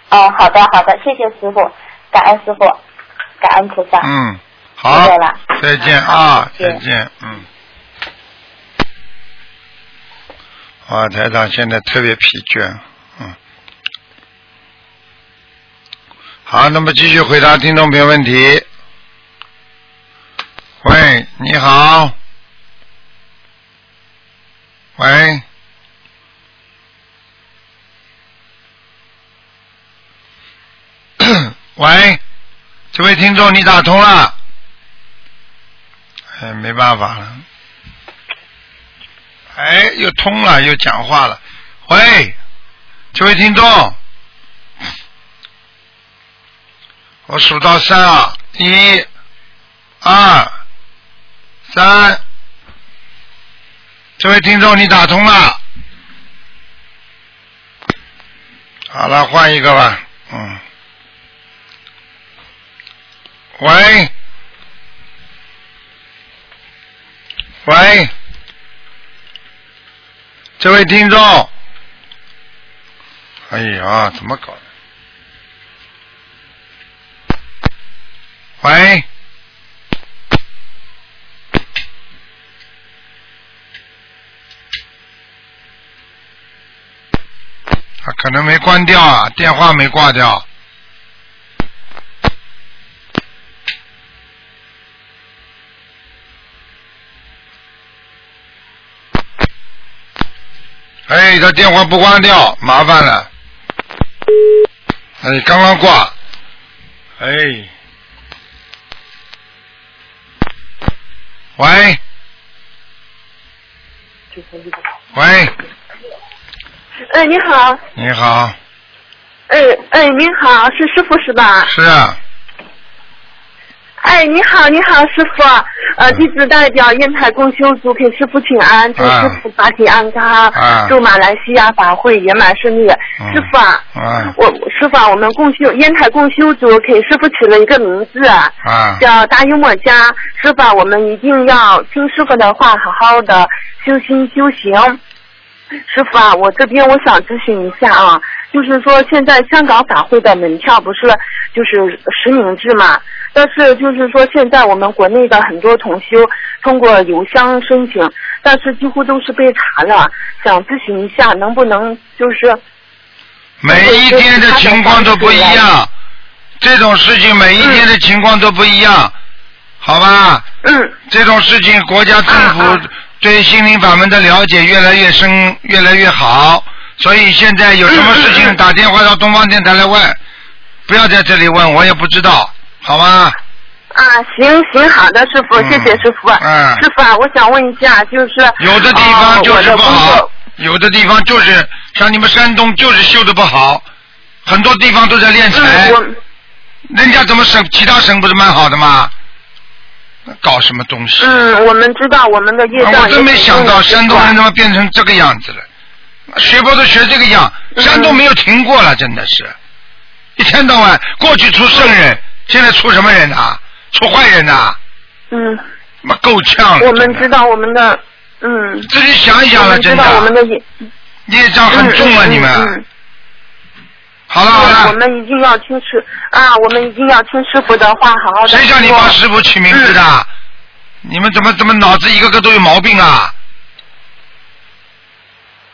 Speaker 2: 哦，好的好的，谢谢师傅，感恩师傅，感恩菩萨。
Speaker 1: 嗯，好
Speaker 2: 谢谢了，
Speaker 1: 再见啊，
Speaker 2: 谢
Speaker 1: 再
Speaker 2: 谢
Speaker 1: 见，嗯。哇，啊台长现在特别疲倦，嗯。好，那么继续回答听众朋友问题。喂，你好。喂。喂，这位听众，你打通了。哎，没办法了。哎，又通了，又讲话了。喂，这位听众，我数到三啊，一、二、三。这位听众，你打通了。好了，换一个吧。嗯。喂。喂，这位听众，哎呀，怎么搞的？喂，他可能没关掉啊，电话没挂掉。哎，他电话不关掉，麻烦了。哎，刚刚挂。哎。喂。喂，
Speaker 6: 哎，你好，
Speaker 1: 你好，
Speaker 6: 哎哎，您好，是师傅是吧？
Speaker 1: 是啊，
Speaker 6: 哎，你好，你好，师傅，呃，弟子代表烟台共修组给师傅请安，祝
Speaker 1: 啊
Speaker 6: 师傅法体安康，
Speaker 1: 啊
Speaker 6: 祝马来西亚法会圆满顺利。
Speaker 1: 嗯
Speaker 6: 师傅啊，
Speaker 1: 啊
Speaker 6: 我师傅啊，我们共修烟台共修组给师傅起了一个名字啊，
Speaker 1: 啊，
Speaker 6: 叫大幽默家。师傅啊，我们一定要听师傅的话，好好的修心修行。师傅啊，我这边我想咨询一下啊，就是说现在香港法会的门票不是就是实名制嘛，但是就是说现在我们国内的很多同修通过邮箱申请，但是几乎都是被查了，想咨询一下能不能就是
Speaker 1: 每一天的情况都不一样，这种事情每一天的情况都不一样，好吧？
Speaker 6: 嗯
Speaker 1: 这种事情，国家政
Speaker 6: 啊
Speaker 1: 府对心灵法门的了解越来越深，越来越好。所以现在有什么事
Speaker 6: 嗯嗯
Speaker 1: 情
Speaker 6: 嗯
Speaker 1: 打电话到东方电台来问，不要在这里问，我也不知道，好吗？
Speaker 6: 啊，行行，好的，师傅，
Speaker 1: 嗯
Speaker 6: 谢谢师傅。
Speaker 1: 嗯
Speaker 6: 师傅啊，我想问一下，就是
Speaker 1: 有的地方
Speaker 6: 呃
Speaker 1: 就
Speaker 6: 我
Speaker 1: 是
Speaker 6: 的
Speaker 1: 不
Speaker 6: 工
Speaker 1: 好
Speaker 6: 作，
Speaker 1: 有的地方就是像你们山东就是修的不好，很多地方都在练财
Speaker 6: 嗯，，我
Speaker 1: 人家怎么省其他省不是蛮好的吗？搞什么东西？
Speaker 6: 嗯，我们知道我们的业障、
Speaker 1: 啊我真没想到山东人
Speaker 6: 的
Speaker 1: 怎么变成这个样子了，学佛都学这个样，
Speaker 6: 嗯
Speaker 1: 山东没有停过了，真的是，一天到晚过去出圣人，现在出什么人呐、出坏人呐、
Speaker 6: 嗯，
Speaker 1: 妈够呛了。
Speaker 6: 我
Speaker 1: 真
Speaker 6: 们
Speaker 1: 的
Speaker 6: 知道我们的嗯，
Speaker 1: 自己想一
Speaker 6: 我
Speaker 1: 想了，
Speaker 6: 们知
Speaker 1: 真
Speaker 6: 道我们
Speaker 1: 的
Speaker 6: 的业
Speaker 1: 业障很重啊，
Speaker 6: 嗯嗯
Speaker 1: 你们。
Speaker 6: 嗯嗯
Speaker 1: 好了好
Speaker 6: 对我
Speaker 1: 了，
Speaker 6: 们一定要听师啊，我们一定要听师傅的话，好好的。
Speaker 1: 谁叫你帮师傅取名字
Speaker 6: 嗯
Speaker 1: 的？你们怎么怎么脑子一个个都有毛病啊？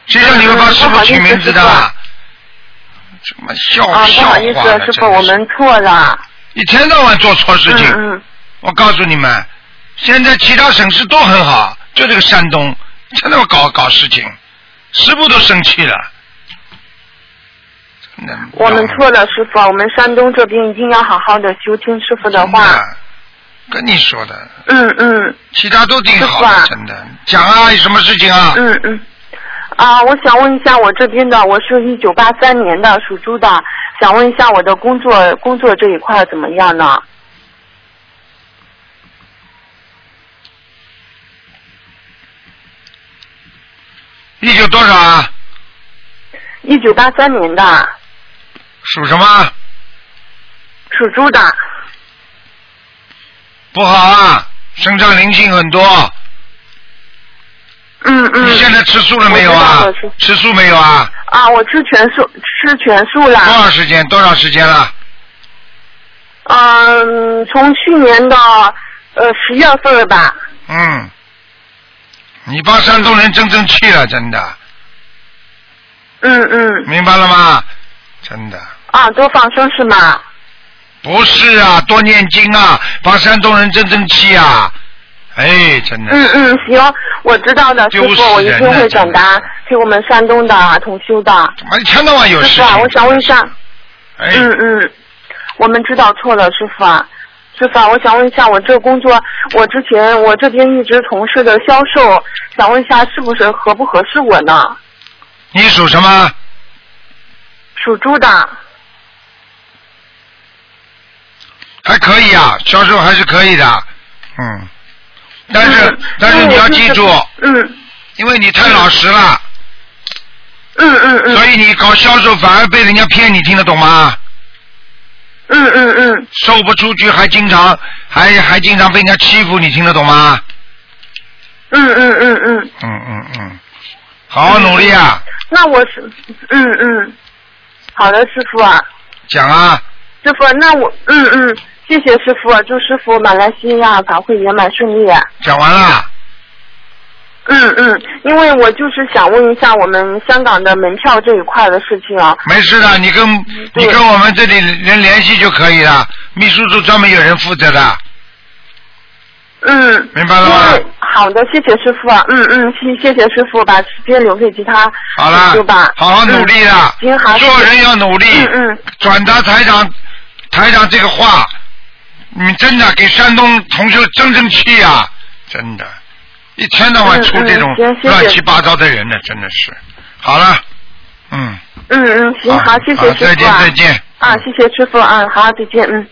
Speaker 1: 谁叫你们帮师傅取名字的
Speaker 6: 嗯嗯不好？
Speaker 1: 什么笑
Speaker 6: 啊，不
Speaker 1: 笑话
Speaker 6: 好
Speaker 1: 呢
Speaker 6: 意思，师
Speaker 1: 真
Speaker 6: 傅，
Speaker 1: 的
Speaker 6: 我
Speaker 1: 是
Speaker 6: 们错了。
Speaker 1: 一天到晚做错事情。
Speaker 6: 嗯嗯。
Speaker 1: 我告诉你们，现在其他省市都很好，就这个山东，真他妈搞搞事情，师傅都生气了。那
Speaker 6: 我们错了，师傅，我们山东这边一定要好好的修听师傅的话。
Speaker 1: 啊跟你说的，
Speaker 6: 嗯嗯
Speaker 1: 其他都挺好
Speaker 6: 是
Speaker 1: 的，
Speaker 6: 吧
Speaker 1: 真的。讲啊，有什么事情啊？
Speaker 6: 嗯嗯。啊，我想问一下我这边的，我是一九八三年的，属猪的，想问一下我的工作工作这一块怎么样呢？
Speaker 1: 一九多少啊？
Speaker 6: 一九八三年的，
Speaker 1: 属什么？
Speaker 6: 属猪的。
Speaker 1: 不好啊，身上灵性很多。
Speaker 6: 嗯嗯。
Speaker 1: 你现在吃素了没有啊
Speaker 6: 我知道我？
Speaker 1: 吃素没有啊？
Speaker 6: 啊，我吃全素，吃全素
Speaker 1: 多
Speaker 6: 了。
Speaker 1: 少时间？多少时间了？
Speaker 6: 嗯，从去年的呃十月份吧。
Speaker 1: 嗯，你帮山东人争争气了，真的，
Speaker 6: 嗯嗯。
Speaker 1: 明白了吗？真的
Speaker 6: 啊，多放生是吗？
Speaker 1: 不是啊，多念经啊，帮山东人争争气啊！哎，真的，
Speaker 6: 嗯嗯，行，我知道的，师
Speaker 1: 丢
Speaker 6: 傅，我
Speaker 1: 死
Speaker 6: 一
Speaker 1: 人
Speaker 6: 定
Speaker 1: 了
Speaker 6: 会
Speaker 1: 真
Speaker 6: 转
Speaker 1: 的
Speaker 6: 达给我们山东的同修的。
Speaker 1: 怎么一天到晚有事
Speaker 6: 师
Speaker 1: 情
Speaker 6: 傅啊，？我想问一下，
Speaker 1: 哎，
Speaker 6: 嗯嗯，我们知道错了，师傅啊，师傅啊，我想问一下，我这工作，我之前我这边一直从事的销售，想问一下是不是合不合适我呢？
Speaker 1: 你属什么？
Speaker 6: 属猪的，
Speaker 1: 还可以
Speaker 6: 嗯
Speaker 1: 啊，销售还是可以的，嗯，但是、
Speaker 6: 嗯
Speaker 1: 但是你要记住，，
Speaker 6: 因为我就是
Speaker 1: 因为你太老实了，
Speaker 6: 嗯嗯嗯嗯
Speaker 1: 所以你搞销售反而被人家骗，你听得懂吗？
Speaker 6: 嗯嗯嗯，
Speaker 1: 售不出去，还经常还还经常被人家欺负，你听得懂吗？
Speaker 6: 嗯嗯嗯嗯，
Speaker 1: 嗯嗯嗯，好好努力啊，
Speaker 6: 那我是，嗯嗯，好的，师傅啊，
Speaker 1: 讲啊，
Speaker 6: 师傅，那我，嗯嗯，谢谢师傅，啊祝师傅马来西亚法会圆满顺利。
Speaker 1: 讲完了，
Speaker 6: 嗯嗯，因为我就是想问一下我们香港的门票这一块的事情啊。
Speaker 1: 没事的，你跟
Speaker 6: 嗯对
Speaker 1: 你跟我们这里人联系就可以了，秘书处专门有人负责的，
Speaker 6: 嗯，
Speaker 1: 明白了
Speaker 6: 因为
Speaker 1: 吗？
Speaker 6: 嗯好的，谢谢师傅啊。嗯嗯，谢谢谢师傅，把时间留给其他
Speaker 1: 好了
Speaker 6: 同修吧。，
Speaker 1: 好好努力啦
Speaker 6: 嗯、行，好，
Speaker 1: 做人要努力，
Speaker 6: 嗯嗯
Speaker 1: 转达台长台长这个话，你真的给山东同学争争气啊，真的，一天到晚
Speaker 6: 嗯
Speaker 1: 出这种
Speaker 6: 嗯行谢谢
Speaker 1: 乱七八糟的人呢，真的是。好了，嗯，
Speaker 6: 嗯嗯，行，好，谢谢师傅、啊。
Speaker 1: 再见再。见。
Speaker 6: 啊，谢谢师傅啊，好，再见，嗯。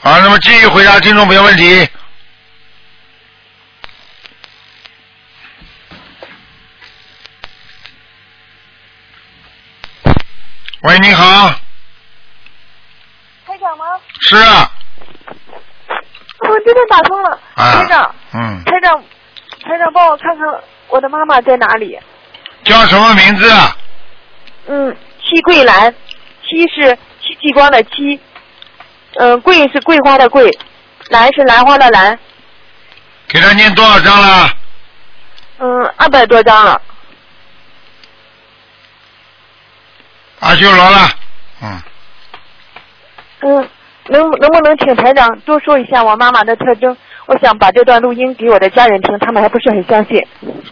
Speaker 1: 好，那么继续回答听众朋友问题。喂，你好。
Speaker 7: 台长吗？
Speaker 1: 是啊，
Speaker 7: 我真的打通了，
Speaker 1: 啊
Speaker 7: 台长，
Speaker 1: 嗯，
Speaker 7: 台长，台长，帮我看看我的妈妈在哪里？
Speaker 1: 叫什么名字？啊？
Speaker 7: 嗯，戚桂兰，戚是戚继光的戚，嗯、桂是桂花的桂，兰是兰花的兰，
Speaker 1: 给他念多少章了？
Speaker 7: 嗯，二百多张了，
Speaker 1: 阿修罗了。嗯，
Speaker 7: 嗯，能能不能请台长多说一下我妈妈的特征？我想把这段录音给我的家人听，他们还不是很相信。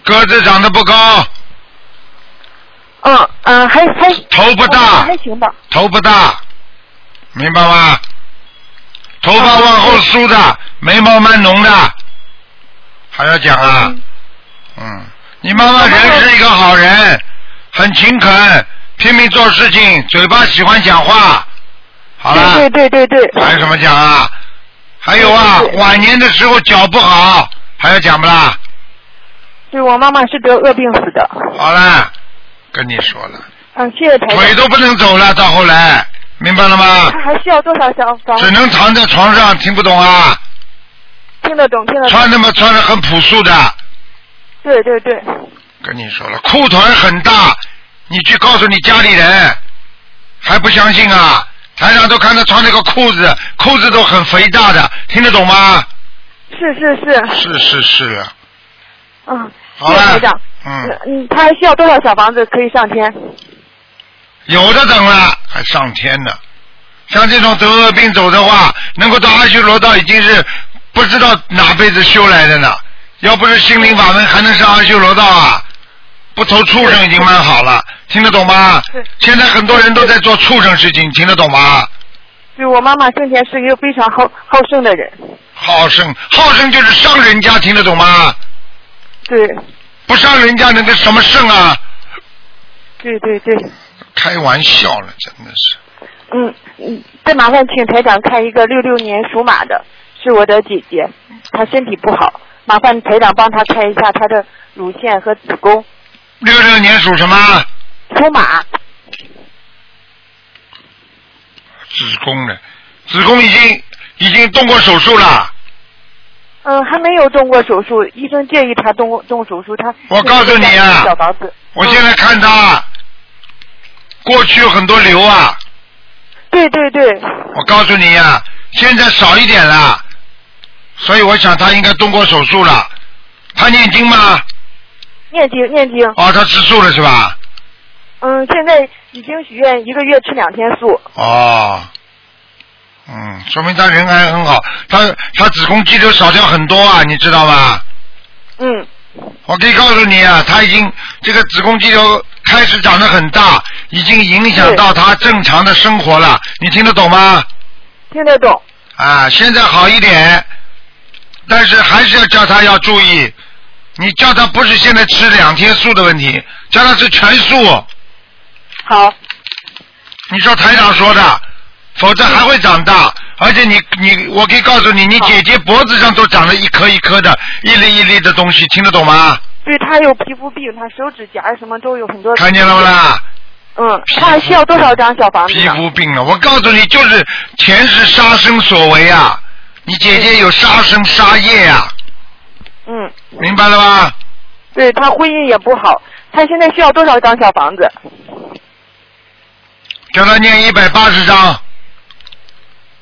Speaker 1: 个子长得不高，
Speaker 7: 嗯嗯，
Speaker 6: 呃
Speaker 7: 还还
Speaker 1: 头不
Speaker 6: 哦
Speaker 1: 大
Speaker 7: 还，行吧。
Speaker 1: 头不大，明白吗？头发往后梳的，眉毛蛮浓的，还要讲啊？嗯，你妈妈人是一个好人，很勤恳，拼命做事情，嘴巴喜欢讲话。好了。
Speaker 7: 对对对对对。
Speaker 1: 还有什么讲啊？还有啊
Speaker 7: 对对，对
Speaker 1: 晚年的时候脚不好，还要讲不啦？
Speaker 7: 对我妈妈是得恶病死的。
Speaker 1: 好啦，跟你说了，
Speaker 7: 嗯，谢谢台
Speaker 1: 腿
Speaker 7: 长。
Speaker 1: 都不能走了，到后来，明白了吗
Speaker 7: 他？还需要多少小房？
Speaker 1: 只能躺在床上，听不懂啊？
Speaker 7: 听得懂，听得懂。
Speaker 1: 穿他妈穿的很朴素的，
Speaker 7: 对对对，
Speaker 1: 跟你说了，裤腿很大，你去告诉你家里人，还不相信啊？台上都看他穿那个裤子，裤子都很肥大的，听得懂吗？
Speaker 7: 是是是，
Speaker 1: 是是是了，
Speaker 6: 啊
Speaker 7: 嗯，谢
Speaker 1: 好
Speaker 7: 谢台
Speaker 1: 了
Speaker 7: 长。，
Speaker 1: 嗯，
Speaker 7: 嗯，他还需要多少小房子可以上天？
Speaker 1: 有的等了，还上天呢。像这种得恶病走的话，能够到阿修罗道已经是不知道哪辈子修来的呢。要不是心灵法门，还能上阿修罗道啊？不投畜生已经蛮好了，听得懂吗？现在很多人都在做畜生事情，听得懂吗？
Speaker 6: 对我妈妈生前是一个非常好好胜的人，
Speaker 1: 好胜，好胜就是伤人家，听得懂吗？
Speaker 6: 对
Speaker 1: 不伤人家能跟什么胜啊？
Speaker 6: 对对对，
Speaker 1: 开玩笑了，真的是。
Speaker 6: 嗯嗯，再麻烦请台长看一个六六年属马的，是我的姐姐，她身体不好，麻烦台长帮她看一下她的乳腺和子宫。
Speaker 1: 六六年属什么？
Speaker 6: 属马，
Speaker 1: 子宫的，子宫已经已经动过手术了。
Speaker 6: 嗯，还没有动过手术，医生建议她动动手术，她
Speaker 1: 我告诉你啊
Speaker 6: 小房子，
Speaker 1: 我现在看他，过去有很多瘤啊，
Speaker 6: 对对对，
Speaker 1: 我告诉你呀、啊现在少一点了，所以我想他应该动过手术了。他念经吗？
Speaker 6: 念经念经，
Speaker 1: 哦，他吃素了是吧？
Speaker 6: 嗯，现在已经许愿一个月吃两天素，
Speaker 1: 哦，嗯，说明他人还很好，他他子宫肌瘤少掉很多啊，你知道吗？
Speaker 6: 嗯，
Speaker 1: 我可以告诉你啊，他已经这个子宫肌瘤开始长得很大，已经影响到他正常的生活了，你听得懂吗？
Speaker 6: 听得懂。
Speaker 1: 啊，现在好一点，但是还是要叫他要注意。你叫他不是现在吃两天素的问题，叫他吃全素。
Speaker 6: 好。
Speaker 1: 你说台长说的，否则还会长大。而且你你，我可以告诉你，你姐姐脖子上都长了一颗一颗的、一粒一粒的东西，听得懂吗？
Speaker 6: 对她有皮肤病，她手指甲儿什么都有很多。
Speaker 1: 看见了不啦？？
Speaker 6: 嗯，她还需要多少张小房子啊
Speaker 1: 皮
Speaker 6: 呢？
Speaker 1: 肤病了，我告诉你，就是前世杀生所为啊！你姐姐有杀生杀业啊，
Speaker 6: 嗯，
Speaker 1: 明白了吗？
Speaker 6: 对她婚姻也不好，她现在需要多少张小房子？
Speaker 1: 叫她念一百八十章。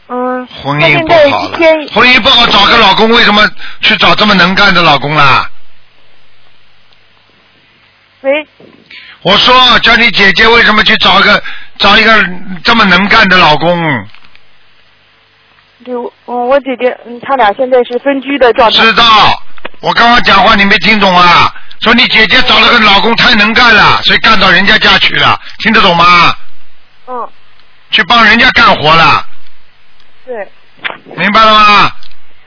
Speaker 6: 嗯，
Speaker 1: 婚
Speaker 6: 她
Speaker 1: 姻
Speaker 6: 现
Speaker 1: 不
Speaker 6: 在
Speaker 1: 好
Speaker 6: 一
Speaker 1: 了
Speaker 6: 天，
Speaker 1: 婚姻不好找个老公，为什么去找这么能干的老公啦？
Speaker 6: 喂，
Speaker 1: 我说叫你姐姐为什么去找一个找一个这么能干的老公？
Speaker 6: 对，我嗯，我姐姐，嗯，她俩现在是分居的状态。
Speaker 1: 知道，我刚刚讲话你没听懂啊？说你姐姐找了个老公太能干了，所以干到人家家去了，听得懂吗？
Speaker 6: 嗯，
Speaker 1: 去帮人家干活了，
Speaker 6: 对，
Speaker 1: 明白了吗？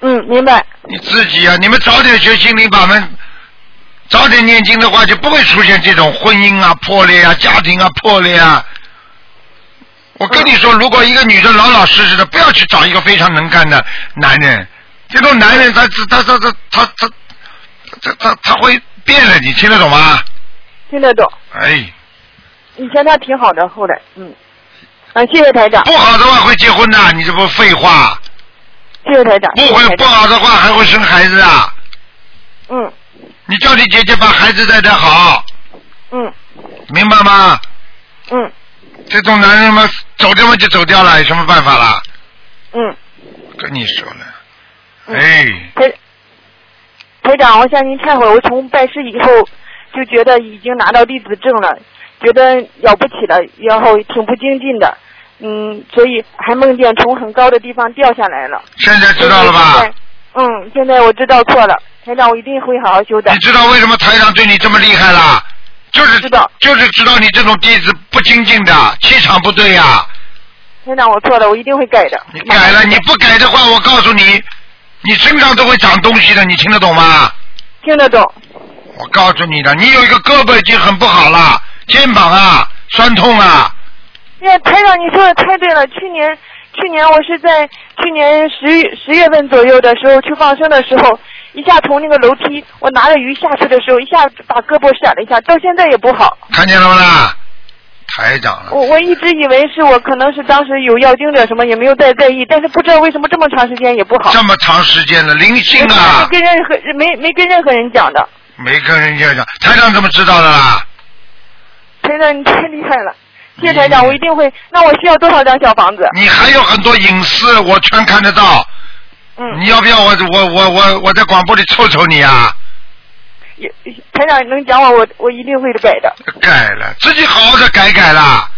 Speaker 6: 嗯，明白。
Speaker 1: 你自己啊，你们早点学心灵法门，早点念经的话，就不会出现这种婚姻啊破裂啊、家庭啊破裂啊。我跟你说，如果一个女的老老实实的，不要去找一个非常能干的男人，这种男人他他他他他他他他他会变了，你听得懂吗？
Speaker 6: 听得懂。
Speaker 1: 哎，
Speaker 6: 以前她挺好的，后来，嗯，啊，谢谢台长，
Speaker 1: 不好的话会结婚的，你这不废话？
Speaker 6: 谢谢台长，
Speaker 1: 不
Speaker 6: 谢谢
Speaker 1: 会
Speaker 6: 台
Speaker 1: 不
Speaker 6: 长，
Speaker 1: 好的话还会生孩子啊？
Speaker 6: 嗯
Speaker 1: 你叫你姐姐把孩子带得好，
Speaker 6: 嗯
Speaker 1: 明白吗？
Speaker 6: 嗯
Speaker 1: 这种男人嘛，走掉嘛就走掉了，有什么办法啦？
Speaker 6: 嗯，
Speaker 1: 跟你说了，
Speaker 6: 嗯
Speaker 1: 哎，
Speaker 6: 台台长，我向您忏悔，我从拜师以后就觉得已经拿到弟子证了，觉得了不起了，然后挺不精进的，嗯，所以还梦见从很高的地方掉下来了，
Speaker 1: 现在知道了
Speaker 6: 所以
Speaker 1: 吧
Speaker 6: 现？在？嗯，现在我知道错了，台长，我一定会好好修的
Speaker 1: 你。知道为什么台长对你这么厉害啦？就是
Speaker 6: 知道
Speaker 1: 就是知道你这种弟子不精进的，气场不对呀、
Speaker 6: 台长，我错了，我一定会改的。
Speaker 1: 你改
Speaker 6: 嗯
Speaker 1: 了，你不改的话，我告诉你，你身上都会长东西的，你听得懂吗？
Speaker 6: 听得懂？
Speaker 1: 我告诉你的，你有一个胳膊已经很不好了，肩膀啊酸痛啊，
Speaker 6: 哎，台长，你说的太对了。去年，去年我是在去年十月十月份左右的时候去放生的时候，一下从那个楼梯，我拿着鱼下去的时候，一下把胳膊闪了一下，到现在也不好。
Speaker 1: 看见了吗啦？台长了
Speaker 6: 我，我一直以为是我可能是当时有药精者什么，也没有再在意，但是不知道为什么这么长时间也不好。
Speaker 1: 这么长时间了，灵性
Speaker 6: 没
Speaker 1: 啊！
Speaker 6: 跟任何没没跟任何人讲的，
Speaker 1: 没跟人家讲，台长怎么知道的啦？
Speaker 6: 台长你太厉害了，谢谢台长，我一定会。那我需要多少张小房子？
Speaker 1: 你还有很多隐私，我全看得到。
Speaker 6: 嗯
Speaker 1: 你，要不要我我我我我在广播里凑凑你啊？
Speaker 6: 也台长能讲我，我我一定会改的。
Speaker 1: 改了，自己好好的改改啦。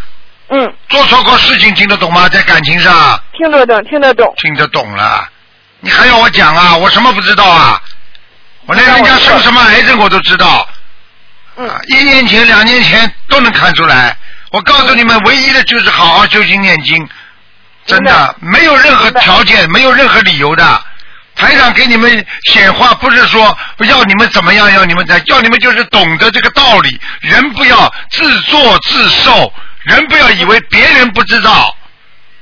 Speaker 6: 嗯，
Speaker 1: 做错过事情听得懂吗？在感情上
Speaker 6: 听得懂，听得懂。
Speaker 1: 听得懂了，你还要我讲啊？我什么不知道啊？我连人家生什么癌症我都知道，啊，一年前、两年前都能看出来。我告诉你们，唯一的就是好好修心念经，真的没有任何条件，没有任何理由的。台长给你们显化，不是说要你们怎么样，要你们怎，要你们就是懂得这个道理。人不要自作自受，人不要以为别人不知道，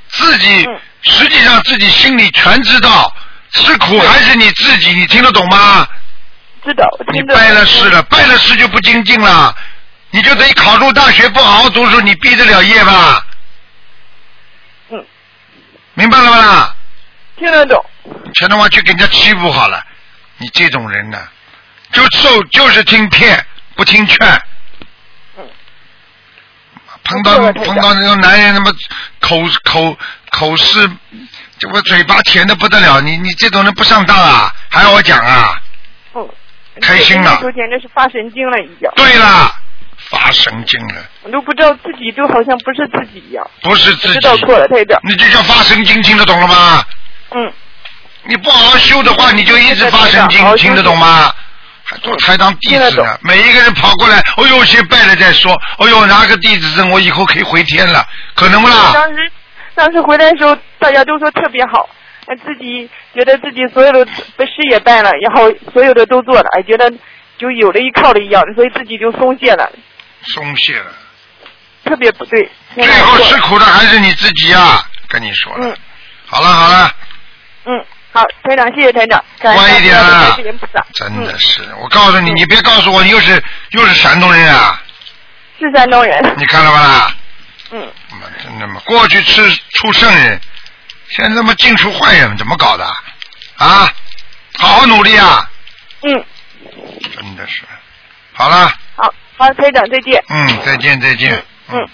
Speaker 1: 自己实际上自己心里全知道，吃苦还是你自己，你听得懂嗯吗？
Speaker 6: 知道，
Speaker 1: 你拜了
Speaker 6: 嗯
Speaker 1: 师了，拜了师就不精进了，你就等于考入大学不好好读书，你毕得了业吧？
Speaker 6: 嗯。
Speaker 1: 明白了吧啦？
Speaker 6: 听得懂。
Speaker 1: 全他妈去给人家欺负好了，你这种人呢，就受就是听骗，不听劝。碰到
Speaker 6: 嗯
Speaker 1: 碰到那种男人，他妈口口口是，这我嘴巴甜的不得了，你你这种人不上当啊，还要我讲啊？
Speaker 6: 不，
Speaker 1: 开心了
Speaker 6: 说简直是发神经了已经，
Speaker 1: 对了，发神经了，
Speaker 6: 我都不知道自己就好像不是自己一样。
Speaker 1: 不是自己。
Speaker 6: 知道错了，台长。
Speaker 1: 你这叫发神经，听得懂了吗？
Speaker 6: 嗯。
Speaker 1: 你不好好修的话，你就一直发神
Speaker 6: 对对对好
Speaker 1: 经，
Speaker 6: 好修
Speaker 1: 听得懂吗？还做台当弟
Speaker 6: 听得
Speaker 1: 子
Speaker 6: 懂
Speaker 1: 呢，每一个人跑过来，哦呦，先拜了再说，哦呦，拿个弟子证，我以后可以回天了，可能不啦？
Speaker 6: 当时当时回来的时候，大家都说特别好，哎自己觉得自己所有的事也办了，然后所有的都做了，哎，觉得就有了依靠了一样，所以自己就松懈了，
Speaker 1: 松懈了，
Speaker 6: 特别不对。
Speaker 1: 最后吃苦的还是你自己啊！跟你说了
Speaker 6: 嗯，
Speaker 1: 好了好了，
Speaker 6: 嗯，好，台长，谢谢台长，感恩
Speaker 1: 乖一点
Speaker 6: 大
Speaker 1: 啊
Speaker 6: 慈大悲观世音菩萨
Speaker 1: 真的是，我告诉你，你别告诉我你又是又是山东人啊！
Speaker 6: 是山东人，
Speaker 1: 你看了吧啦？
Speaker 6: 嗯，
Speaker 1: 妈真的吗？过去吃出圣人，现在他妈净出坏人，怎么搞的？啊，好好努力啊！
Speaker 6: 嗯，
Speaker 1: 真的是，好了，
Speaker 6: 好，好，台长再见。
Speaker 1: 嗯，再见再见，
Speaker 6: 嗯，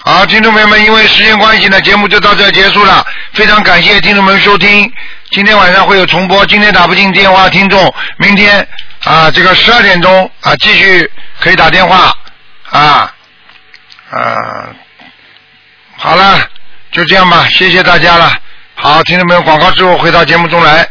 Speaker 1: 好，听众朋友们，因为时间关系呢，节目就到这儿结束了。非常感谢听众们收听，今天晚上会有重播。今天打不进电话，听众明天啊，这个十二点钟啊，继续可以打电话啊，啊，好了，就这样吧，谢谢大家了。好，听众朋友，广告之后回到节目中来。